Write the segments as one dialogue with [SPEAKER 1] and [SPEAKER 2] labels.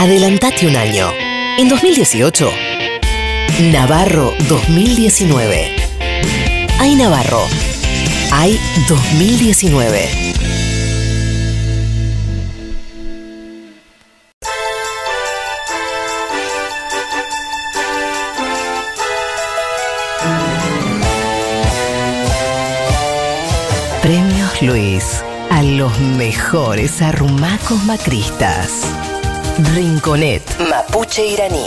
[SPEAKER 1] Adelantate un año. En 2018. Navarro 2019. Hay Navarro. Hay 2019. Premios Luis a los mejores arrumacos macristas. Rinconet, Mapuche iraní.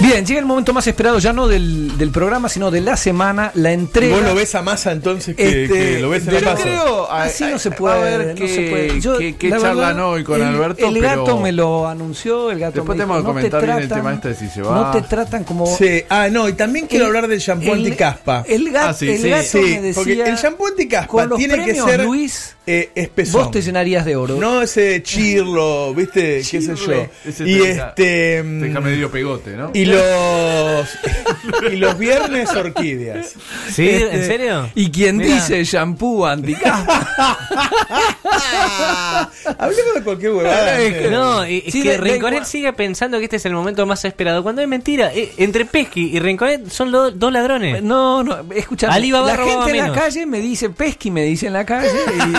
[SPEAKER 2] Bien, llega el momento más esperado, ya no del, del programa, sino de la semana, la entrega.
[SPEAKER 3] ¿Vos lo ves a masa entonces que,
[SPEAKER 2] Este,
[SPEAKER 3] que lo ves en
[SPEAKER 2] yo
[SPEAKER 3] la paso?
[SPEAKER 2] creo, así no se puede.
[SPEAKER 4] Ah, a ver
[SPEAKER 2] no
[SPEAKER 4] qué-
[SPEAKER 2] se puede. Yo,
[SPEAKER 4] qué- qué
[SPEAKER 2] la
[SPEAKER 4] charlan hoy con
[SPEAKER 2] el-
[SPEAKER 4] Alberto,
[SPEAKER 2] El gato
[SPEAKER 4] pero-
[SPEAKER 2] me lo anunció, el gato
[SPEAKER 4] Después
[SPEAKER 2] me dijo,
[SPEAKER 4] tenemos que
[SPEAKER 2] "No te
[SPEAKER 4] comentar bien el
[SPEAKER 2] tratan-
[SPEAKER 4] tema este de si se
[SPEAKER 2] No
[SPEAKER 4] va".
[SPEAKER 2] te tratan como...
[SPEAKER 3] Sí. Ah, no, y también quiero
[SPEAKER 2] El-
[SPEAKER 3] hablar del shampoo
[SPEAKER 2] el-
[SPEAKER 3] anticaspa.
[SPEAKER 2] El gato,
[SPEAKER 4] Ah, sí,
[SPEAKER 2] el
[SPEAKER 4] sí.
[SPEAKER 2] gato
[SPEAKER 3] sí,
[SPEAKER 2] me decía...
[SPEAKER 3] porque el shampoo anticaspa
[SPEAKER 2] con los
[SPEAKER 3] tiene que
[SPEAKER 2] premios,
[SPEAKER 3] ser
[SPEAKER 2] Luis,
[SPEAKER 3] eh, espesón.
[SPEAKER 2] vos te llenarías de oro.
[SPEAKER 3] No ese chirlo, ¿viste? qué sé yo.
[SPEAKER 2] Chirle.
[SPEAKER 4] Ese
[SPEAKER 3] Y
[SPEAKER 4] te deja-
[SPEAKER 3] este
[SPEAKER 4] Te
[SPEAKER 3] mm,
[SPEAKER 4] Deja medio pegote, ¿no?
[SPEAKER 3] y los y los viernes orquídeas.
[SPEAKER 5] ¿Sí? ¿En
[SPEAKER 2] Este,
[SPEAKER 5] serio?
[SPEAKER 2] Y quien
[SPEAKER 5] Mirá.
[SPEAKER 2] dice shampoo anticaspa.
[SPEAKER 3] Hablemos de cualquier huevada.
[SPEAKER 2] Ah. Es que-
[SPEAKER 5] No, y- es
[SPEAKER 2] Sí,
[SPEAKER 5] que
[SPEAKER 2] da- da
[SPEAKER 5] Rinconet
[SPEAKER 2] igual.
[SPEAKER 5] sigue pensando que este es el momento más esperado. Cuando es mentira, Eh, entre Pesky y Rinconet son lo- dos ladrones.
[SPEAKER 2] No, no, escuchame.
[SPEAKER 5] Alibaba
[SPEAKER 2] la
[SPEAKER 5] robaba
[SPEAKER 2] gente en la
[SPEAKER 5] menos.
[SPEAKER 2] calle me dice, Pesky me dice en la calle,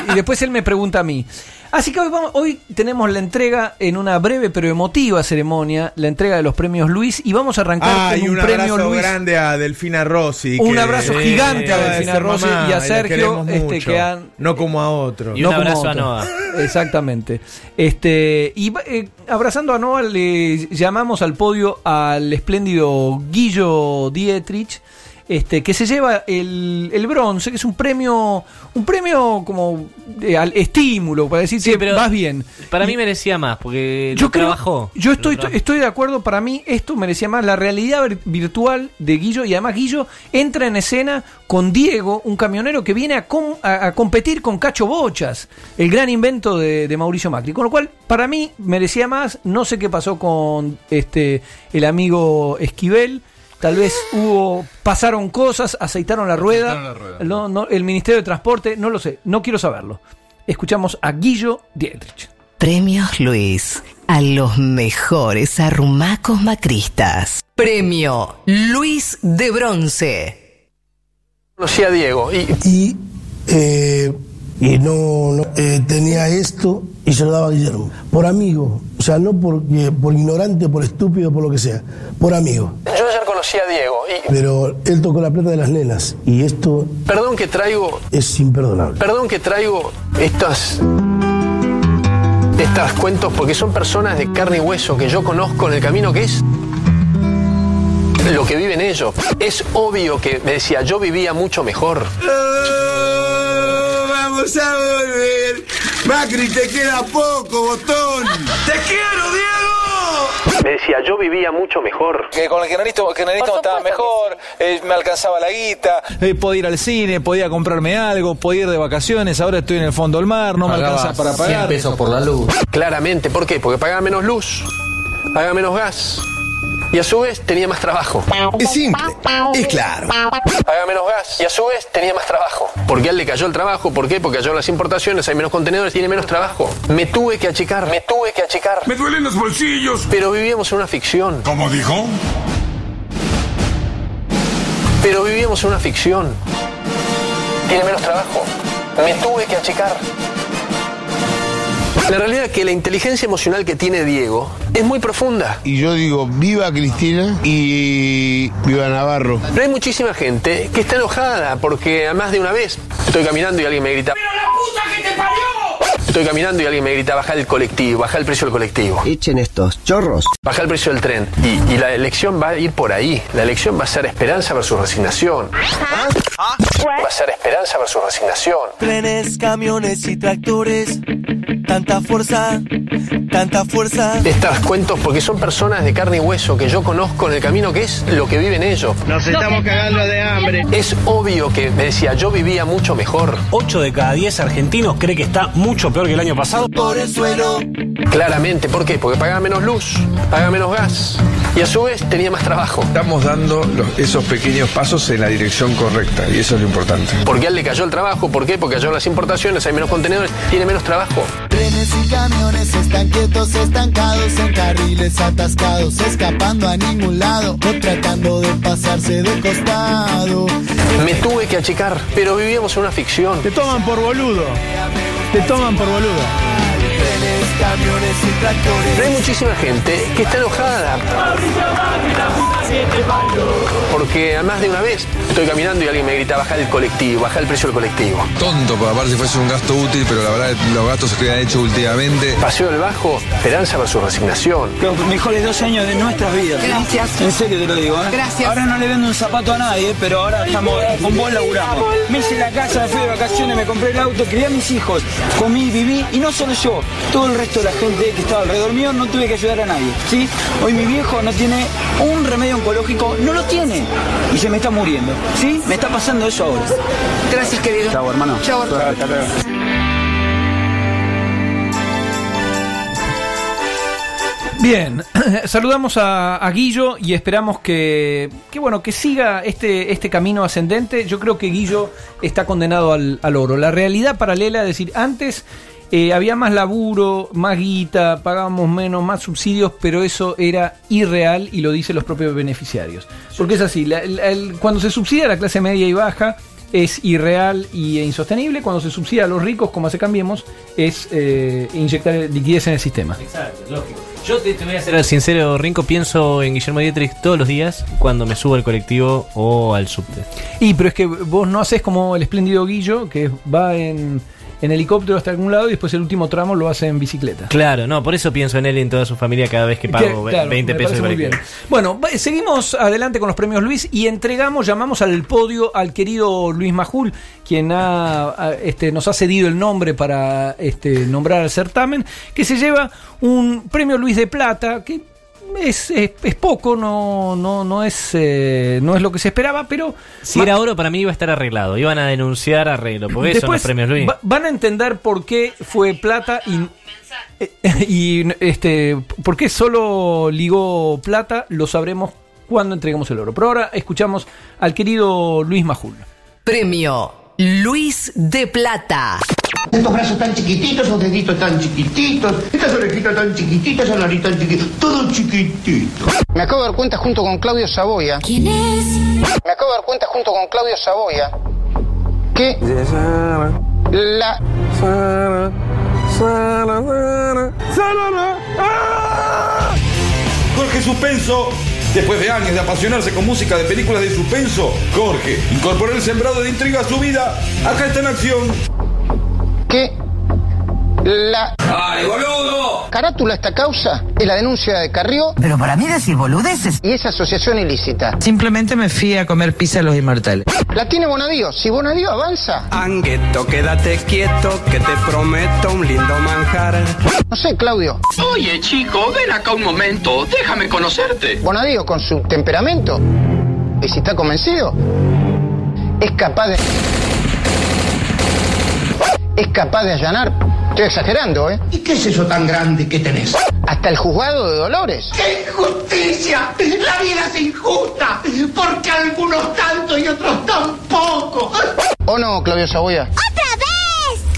[SPEAKER 2] y, y después él me pregunta a mí. Así que hoy, vamos, hoy tenemos la entrega en una breve pero emotiva ceremonia, la entrega de los premios Luis, y vamos a arrancar
[SPEAKER 3] Ah, y
[SPEAKER 2] con un,
[SPEAKER 3] un
[SPEAKER 2] premio
[SPEAKER 3] abrazo
[SPEAKER 2] Luis.
[SPEAKER 3] grande a Delfina Rossi.
[SPEAKER 2] Un
[SPEAKER 3] que
[SPEAKER 2] abrazo
[SPEAKER 3] acaba
[SPEAKER 2] gigante
[SPEAKER 3] de
[SPEAKER 2] a Delfina
[SPEAKER 3] ser
[SPEAKER 2] Rossi
[SPEAKER 3] mamá
[SPEAKER 2] y a
[SPEAKER 3] la
[SPEAKER 2] Sergio,
[SPEAKER 3] queremos
[SPEAKER 2] este,
[SPEAKER 3] mucho.
[SPEAKER 2] que han-
[SPEAKER 3] No como a otros.
[SPEAKER 5] Y un
[SPEAKER 2] como
[SPEAKER 5] abrazo a
[SPEAKER 2] otro.
[SPEAKER 5] Noa.
[SPEAKER 2] Exactamente. Este, y eh, abrazando a Noa, le llamamos al podio al espléndido Guillo Dietrich, este, que se lleva el, el bronce, que es un premio, un premio como eh, al estímulo, para decir
[SPEAKER 5] Sí,
[SPEAKER 2] que
[SPEAKER 5] pero
[SPEAKER 2] vas bien.
[SPEAKER 5] Para
[SPEAKER 2] Y-
[SPEAKER 5] mí merecía más, porque
[SPEAKER 2] yo
[SPEAKER 5] eh, lo
[SPEAKER 2] creo,
[SPEAKER 5] trabajó.
[SPEAKER 2] Yo
[SPEAKER 5] Lo
[SPEAKER 2] estoy,
[SPEAKER 5] trabajó.
[SPEAKER 2] estoy de acuerdo, para mí esto merecía más la realidad vir- virtual de Guillo y además Guillo entra en escena con Diego, un camionero que viene a, com- a- a competir con Cacho Bochas, el gran invento de, de Mauricio Macri. Con lo cual, para mí merecía más, no sé qué pasó con este el amigo Esquivel. Tal vez hubo, pasaron cosas, aceitaron la rueda.
[SPEAKER 4] Aceitaron la rueda.
[SPEAKER 2] No, no, el Ministerio de Transporte, no lo sé, no quiero saberlo. Escuchamos a Guillo Dietrich.
[SPEAKER 1] Premios Luis a los mejores arrumacos macristas. Premio Luis de Bronce.
[SPEAKER 2] Conocí a Diego y
[SPEAKER 6] y, eh, y no, no, eh, tenía esto y se lo daba a Guillermo. Por amigo, o sea, no porque, por ignorante, por estúpido, por lo que sea, por amigo.
[SPEAKER 7] Yo ayer conocí a Diego y
[SPEAKER 6] Pero él tocó la plata de las nenas y esto
[SPEAKER 7] perdón que traigo,
[SPEAKER 6] es imperdonable.
[SPEAKER 7] perdón que traigo estas estas cuentos porque son personas de carne y hueso que yo conozco en el camino que es lo que viven ellos. Es obvio que me decía, yo vivía mucho mejor.
[SPEAKER 8] Vamos a volver. Macri, te queda poco, botón. ¡Te quiero, Diego!
[SPEAKER 7] Me decía, yo vivía mucho mejor.
[SPEAKER 8] Que con el generalista, generalista estaba mejor, eh, me alcanzaba la guita.
[SPEAKER 9] Eh, podía ir al cine, podía comprarme algo, podía ir de vacaciones, ahora estoy en el fondo del mar, no me alcanza para pagar.
[SPEAKER 7] Claramente, ¿por qué? Porque pagaba menos luz, pagaba menos gas y a su vez tenía más trabajo.
[SPEAKER 8] Es simple, es claro.
[SPEAKER 7] Haga menos gas y a su vez tenía más trabajo. Porque a él le cayó el trabajo, ¿por qué? Porque cayó las importaciones, hay menos contenedores, tiene menos trabajo. Me tuve que achicar, me tuve que achicar.
[SPEAKER 8] Me duelen los bolsillos.
[SPEAKER 7] Pero vivíamos en una ficción,
[SPEAKER 8] ¿Cómo dijo?
[SPEAKER 7] pero vivíamos en una ficción. Tiene menos trabajo. Me tuve que achicar. La realidad es que la inteligencia emocional que tiene Diego es muy profunda.
[SPEAKER 8] Y yo digo, viva Cristina y viva Navarro.
[SPEAKER 7] Pero hay muchísima gente que está enojada porque a más de una vez estoy caminando y alguien me grita. ¡Pero la puta que te parió! Estoy caminando y alguien me grita, baja el colectivo, baja el precio del colectivo.
[SPEAKER 10] Echen estos chorros.
[SPEAKER 7] Baja el precio del tren. Y, y la elección va a ir por ahí. La elección va a ser esperanza versus resignación. Va a ser esperanza versus resignación.
[SPEAKER 10] Trenes, camiones y tractores. Tanta fuerza, tanta fuerza.
[SPEAKER 7] Estas cuentos porque son personas de carne y hueso que yo conozco en el camino que es lo que viven ellos.
[SPEAKER 10] Nos estamos cagando de hambre.
[SPEAKER 7] Es obvio que me decía, yo vivía mucho mejor.
[SPEAKER 9] 8 de cada 10 argentinos cree que está mucho peor que el año pasado.
[SPEAKER 10] Por el suelo.
[SPEAKER 7] Claramente, ¿por qué? Porque pagaba menos luz, pagaba menos gas y a su vez tenía más trabajo.
[SPEAKER 8] Estamos dando esos pequeños pasos en la dirección correcta y eso es lo importante.
[SPEAKER 7] Porque a él le cayó el trabajo, ¿por qué? Porque cayó las importaciones, hay menos contenedores, tiene menos trabajo.
[SPEAKER 10] trenes y camiones están quietos, estancados en carriles atascados, escapando a ningún lado o tratando de pasarse de costado.
[SPEAKER 7] Me tuve que achicar, pero vivíamos en una ficción.
[SPEAKER 9] Te toman por boludo. Te toman por boludo.
[SPEAKER 10] Trenes, camiones y
[SPEAKER 7] Pero hay
[SPEAKER 10] tractores.
[SPEAKER 7] muchísima gente que está enojada. Porque además de una vez estoy caminando y alguien me grita, baja el colectivo, baja el precio del colectivo.
[SPEAKER 4] Tonto, porque aparte si fuese un gasto útil, pero la verdad los gastos que han hecho últimamente.
[SPEAKER 7] Paseo del Bajo, esperanza versus resignación.
[SPEAKER 10] Los mejores dos años de nuestras vidas.
[SPEAKER 1] Gracias.
[SPEAKER 10] En serio te lo digo, ¿eh?
[SPEAKER 1] Gracias.
[SPEAKER 10] Ahora no le vendo un zapato a nadie, pero ahora estamos con vos laburamos. Me hice la casa, me fui de vacaciones, me compré el auto, crié a mis hijos, comí, viví, y no solo yo, todo el resto de la gente que estaba alrededor mío no tuve que ayudar a nadie, ¿sí? Hoy mi viejo no tiene un remedio oncológico, no lo tiene, y se me está muriendo, ¿sí? Me está pasando eso ahora.
[SPEAKER 1] Gracias, querido.
[SPEAKER 10] Chau, hermano.
[SPEAKER 1] Chau.
[SPEAKER 2] Bien, saludamos a, a Guillo y esperamos que, que, bueno que siga este, este camino ascendente. Yo creo que Guillo está condenado al, al oro. La realidad paralela, es decir, antes eh, había más laburo, más guita, pagábamos menos, más subsidios, pero eso era irreal y lo dicen los propios beneficiarios. Porque es así, la- la- el- cuando se subsidia a la clase media y baja es irreal e insostenible, cuando se subsidia a los ricos, como hace Cambiemos, es eh, inyectar liquidez en el sistema.
[SPEAKER 5] Exacto, lógico. Yo te, te voy a ser sincero, Rinco, pienso en Guillermo Dietrich todos los días cuando me subo al colectivo o al subte.
[SPEAKER 2] Y pero es que vos no haces como el espléndido Guillo, que va en, en helicóptero hasta algún lado y después el último tramo lo hace en bicicleta.
[SPEAKER 5] Claro, no, por eso pienso en él y en toda su familia cada vez que pago
[SPEAKER 2] Que, claro,
[SPEAKER 5] 20
[SPEAKER 2] me
[SPEAKER 5] pesos de
[SPEAKER 2] parece muy bien.
[SPEAKER 5] colectivo.
[SPEAKER 2] Bueno, va- seguimos adelante con los premios Luis y entregamos, llamamos al podio al querido Luis Majul, quien ha, ha, este, nos ha cedido el nombre para este, nombrar al certamen, que se lleva un premio Luis de Plata, que es, es- es poco, no, no, no, es, eh, no es lo que se esperaba, pero...
[SPEAKER 5] Si
[SPEAKER 2] ma-
[SPEAKER 5] era oro, para mí iba a estar arreglado. Iban a denunciar arreglo, porque eso son los
[SPEAKER 2] Después
[SPEAKER 5] premios Luis.
[SPEAKER 2] va- van a entender por qué fue plata y, eh, y este por qué solo ligó plata, lo sabremos cuando entreguemos el oro. Pero ahora escuchamos al querido Luis Majul.
[SPEAKER 1] Premio Luis de Plata.
[SPEAKER 10] Estos brazos tan chiquititos, esos deditos tan chiquititos, estas orejitas tan chiquititas, esa nariz tan chiquita, todo chiquitito.
[SPEAKER 7] Me acabo de dar cuenta junto con Claudio Saboya. ¿Quién es? Me acabo de dar cuenta junto con Claudio Saboya que la
[SPEAKER 4] Jorge Suspenso, después de años de apasionarse con música de películas de suspenso, Jorge incorporó el sembrado de intriga a su vida. Acá está en acción.
[SPEAKER 7] que la carátula de esta causa es la denuncia de Carrió
[SPEAKER 10] Pero para mí decir boludeces.
[SPEAKER 7] y esa asociación ilícita.
[SPEAKER 10] Simplemente me fui a comer pizza a los inmortales.
[SPEAKER 7] La tiene Bonadío. Si Bonadío avanza,
[SPEAKER 10] Angueto, quédate quieto, que te prometo un lindo manjar.
[SPEAKER 7] no sé, Claudio.
[SPEAKER 8] Oye, chico, ven acá un momento. Déjame conocerte.
[SPEAKER 7] Bonadío con su temperamento y si está convencido es capaz de es capaz de allanar. Estoy exagerando, ¿eh?
[SPEAKER 10] ¿Y qué es eso tan grande que tenés?
[SPEAKER 7] Hasta el juzgado de Dolores.
[SPEAKER 8] ¡Qué injusticia! La vida es injusta, porque algunos tanto y otros tan poco.
[SPEAKER 7] ¿O no, Claudio Saboya?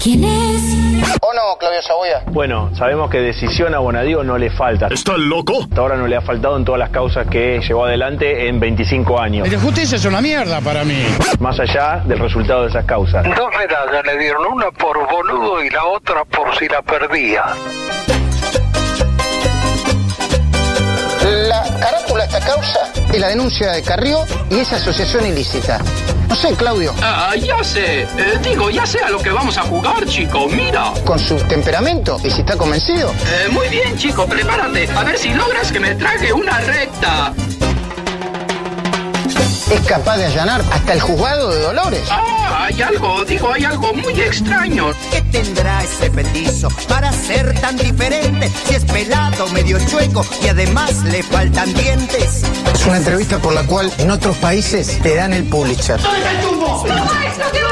[SPEAKER 11] ¿Quién es?
[SPEAKER 7] ¿O no, Claudio Saboya?
[SPEAKER 9] Bueno, sabemos que decisión a Bonadío no le falta.
[SPEAKER 8] ¿Estás loco?
[SPEAKER 9] Hasta ahora no le ha faltado en todas las causas que llevó adelante en 25 años,
[SPEAKER 10] La justicia es una mierda para mí.
[SPEAKER 7] Ah,
[SPEAKER 9] más allá del resultado de esas causas.
[SPEAKER 7] Dos medallas le dieron, una por boludo y la otra por si la perdía. La carátula de esta causa es la denuncia de Carrió y esa asociación ilícita. No sé, Claudio,
[SPEAKER 8] Ah, ya sé. Eh, digo, ya sé a lo que vamos a jugar, chico. Mira.
[SPEAKER 7] con su temperamento y si está convencido.
[SPEAKER 8] Eh, muy bien, chico, prepárate. A ver si logras que me trague una recta.
[SPEAKER 7] es capaz de allanar hasta el juzgado de Dolores.
[SPEAKER 8] Ah, hay algo, digo, hay algo muy extraño.
[SPEAKER 10] ¿Qué tendrá ese petizo para ser tan diferente? Si es pelado, medio chueco y además le faltan dientes.
[SPEAKER 7] Es una entrevista por la cual en otros países te dan el Pulitzer.
[SPEAKER 8] ¿Dónde está el chumbo?
[SPEAKER 11] ¡Maestro, qué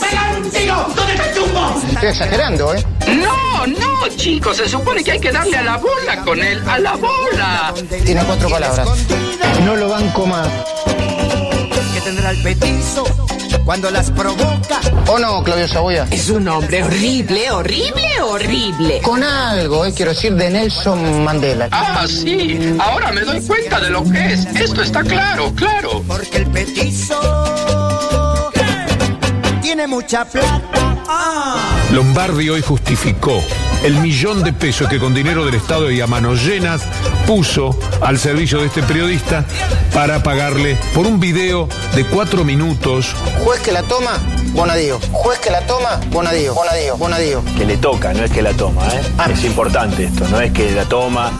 [SPEAKER 8] ¡Pegar un tiro! ¿Dónde está el chumbo?
[SPEAKER 7] Estoy exagerando, ¿eh?
[SPEAKER 8] No, no, chicos, se supone que hay que darle a la bola con él, a la bola.
[SPEAKER 7] Tiene cuatro palabras. No lo banco más.
[SPEAKER 10] Que te
[SPEAKER 7] tendrá el petizo cuando las provoca.
[SPEAKER 12] ¿O no, Claudio Saboya?
[SPEAKER 7] Es un hombre horrible, horrible, horrible.
[SPEAKER 12] Con algo, eh, quiero decir, de Nelson Mandela.
[SPEAKER 7] Ah, sí, ahora me doy cuenta de lo que es. Esto está claro, claro. Porque el petizo tiene mucha plata.
[SPEAKER 3] Lombardi hoy justificó el millón de pesos que con dinero del Estado y a manos llenas puso al servicio de este periodista para pagarle por un video de cuatro minutos.
[SPEAKER 12] Juez que la toma, Bonadío. Juez que la toma, Bonadío. Bonadío, Bonadío.
[SPEAKER 13] Que le toca, no es que la toma, ¿eh?
[SPEAKER 7] Ah.
[SPEAKER 13] Es importante esto, no es que la toma.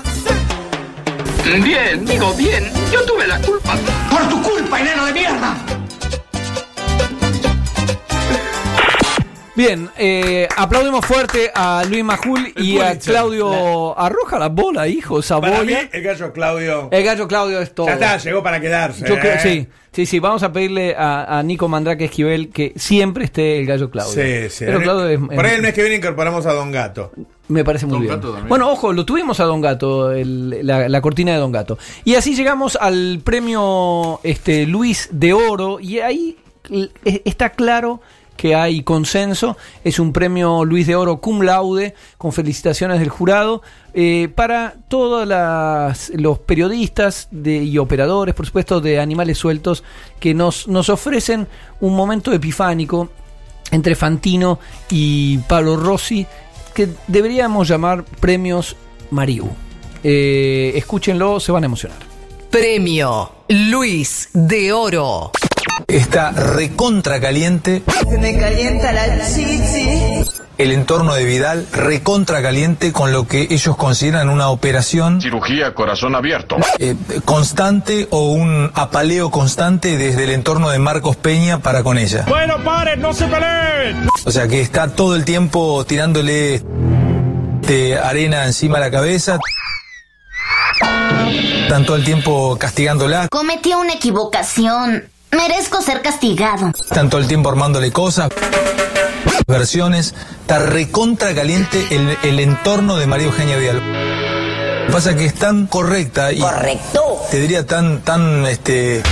[SPEAKER 7] Bien, digo bien. Yo tuve la culpa. Por tu culpa, enano de mierda.
[SPEAKER 2] Bien, eh, aplaudimos fuerte a Luis Majul y a
[SPEAKER 14] Pulitzer.
[SPEAKER 2] Claudio. Arroja la bola, hijo,
[SPEAKER 14] Para mí,
[SPEAKER 2] Saboya.
[SPEAKER 14] el gallo Claudio.
[SPEAKER 2] El gallo Claudio es todo.
[SPEAKER 14] Ya está, llegó para quedarse.
[SPEAKER 2] Eh, Yo creo-
[SPEAKER 14] ¿eh?
[SPEAKER 2] sí, sí, sí. Vamos a pedirle a, a Nico Mandrake Esquivel que siempre esté el gallo Claudio.
[SPEAKER 14] Sí, sí.
[SPEAKER 2] Pero Claudio es-
[SPEAKER 14] Por ahí el mes que viene incorporamos a Don Gato.
[SPEAKER 2] Me parece muy
[SPEAKER 14] Don
[SPEAKER 2] bien.
[SPEAKER 14] Gato también.
[SPEAKER 2] Bueno, ojo, lo tuvimos a Don Gato, el- la, la cortina de Don Gato. Y así llegamos al premio este, Luis de Oro. Y ahí l- e- está claro que hay consenso. Es un premio Luis de Oro cum laude, con felicitaciones del jurado, eh, para todos las- los periodistas de- y operadores, por supuesto, de animales sueltos, que nos, nos ofrecen un momento epifánico entre Fantino y Pablo Rossi, que deberíamos llamar premios Mariu. Eh, escúchenlo, se van a emocionar.
[SPEAKER 1] Premio Luis de Oro.
[SPEAKER 10] Está recontra caliente.
[SPEAKER 15] Se me calienta la chichi.
[SPEAKER 10] el entorno de Vidal recontra caliente con lo que ellos consideran una operación
[SPEAKER 16] Cirugía corazón abierto.
[SPEAKER 10] eh, constante o un apaleo constante desde el entorno de Marcos Peña para con ella.
[SPEAKER 15] Bueno, paren, no se peleen.
[SPEAKER 10] O sea que está todo el tiempo tirándole este, arena encima de la cabeza. Están todo el tiempo castigándola.
[SPEAKER 17] Cometí una equivocación. Merezco ser castigado.
[SPEAKER 10] Están todo el tiempo armándole cosas. Versiones. Está recontra caliente el, el entorno de María Eugenia Vidal. Lo que Pasa es que es tan correcta y. Correcto. Te diría tan, tan, este.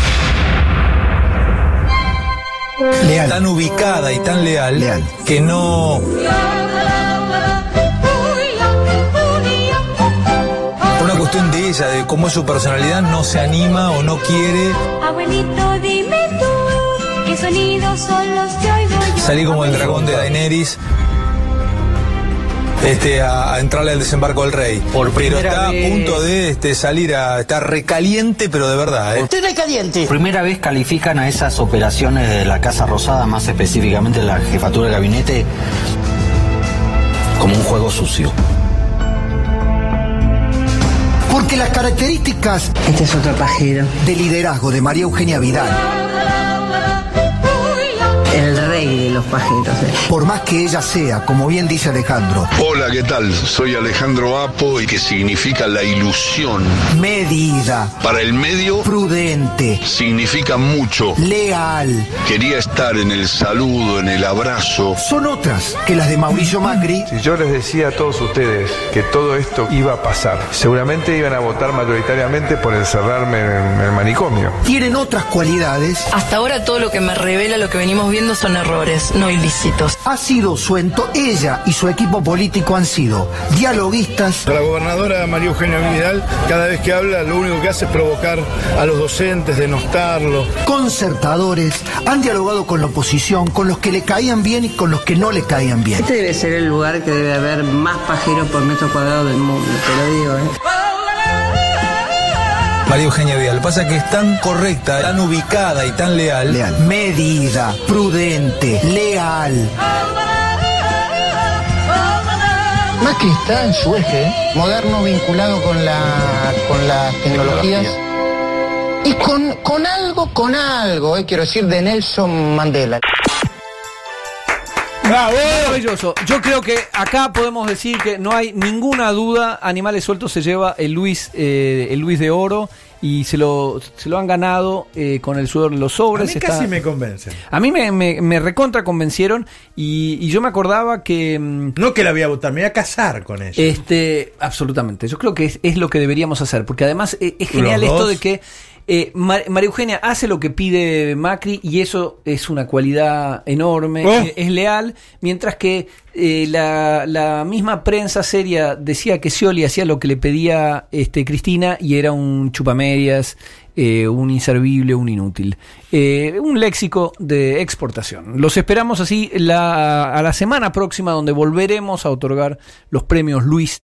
[SPEAKER 10] Tan ubicada y tan leal. Que no. Por una cuestión de ella, de cómo es su personalidad, no se anima o no quiere
[SPEAKER 15] Abuelito, dime tú, ¿qué sonidos son los que oigo
[SPEAKER 10] Salí como el dragón de Daenerys este, a, a entrarle al desembarco del rey. pero
[SPEAKER 12] primera
[SPEAKER 10] está
[SPEAKER 12] vez.
[SPEAKER 10] a punto de este, salir a. Está recaliente, pero de verdad, ¿eh?
[SPEAKER 12] Tiene caliente.
[SPEAKER 18] Primera vez califican a esas operaciones de la Casa Rosada, más específicamente la jefatura de gabinete, como un juego sucio.
[SPEAKER 12] Porque las características. Este es otro pajero. De liderazgo de María Eugenia Vidal. El rey de los pajeros. Por más que ella sea, como bien dice Alejandro,
[SPEAKER 4] Hola, ¿qué tal? Soy Alejandro Apo y que significa la ilusión.
[SPEAKER 12] medida,
[SPEAKER 4] Para el medio,
[SPEAKER 12] prudente,
[SPEAKER 4] significa mucho.
[SPEAKER 12] leal.
[SPEAKER 4] Quería estar en el saludo, en el abrazo.
[SPEAKER 12] Son otras que las de Mauricio Macri.
[SPEAKER 19] Si yo les decía a todos ustedes que todo esto iba a pasar, seguramente iban a votar mayoritariamente por encerrarme en el manicomio.
[SPEAKER 12] Tienen otras cualidades.
[SPEAKER 1] Hasta ahora todo lo que me revela lo que venimos viendo son errores, no ilícitos.
[SPEAKER 12] Ha sido su ento- ella y su equipo político han sido dialoguistas.
[SPEAKER 20] La gobernadora María Eugenia Vidal, cada vez que habla, lo único que hace es provocar a los docentes, denostarlos.
[SPEAKER 12] concertadores, han dialogado con la oposición, con los que le caían bien y con los que no le caían bien.
[SPEAKER 7] Este debe ser el lugar que debe haber más pajeros por metro cuadrado del mundo, te lo digo, ¿eh?
[SPEAKER 10] María Eugenia Vidal. Lo que Pasa es que es tan correcta, tan ubicada y tan leal.
[SPEAKER 12] Medida, prudente, leal. Macri está en su eje moderno vinculado con, la, con las tecnologías. Y con, con algo, con algo, eh, quiero decir, de Nelson Mandela.
[SPEAKER 2] Maravilloso. Yo creo que acá podemos decir que no hay ninguna duda. Animales Sueltos se lleva el Luis, eh, el Luis de Oro y se lo, se lo han ganado eh, con el sudor de los
[SPEAKER 14] A
[SPEAKER 2] sobres.
[SPEAKER 14] mí
[SPEAKER 2] Está-
[SPEAKER 14] casi me convence.
[SPEAKER 2] A mí me, me- me recontra convencieron y, y yo me acordaba que... mm, No
[SPEAKER 14] que la voy a votar, me voy a casar con ella.
[SPEAKER 2] Este, absolutamente. Yo creo que es, es lo que deberíamos hacer, porque además eh, es
[SPEAKER 14] Los
[SPEAKER 2] genial esto
[SPEAKER 14] dos.
[SPEAKER 2] de que Eh, Ma- María Eugenia hace lo que pide Macri y eso es una cualidad enorme,
[SPEAKER 3] Oh.
[SPEAKER 2] eh, es leal, mientras que eh, la, la misma prensa seria decía que Scioli hacía lo que le pedía este, Cristina y era un chupamedias, eh, un inservible, un inútil. Eh, un léxico de exportación. Los esperamos así la- a la semana próxima donde volveremos a otorgar los premios Luis.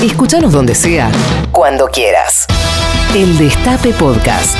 [SPEAKER 21] Escúchanos donde sea, cuando quieras. El Destape Podcast.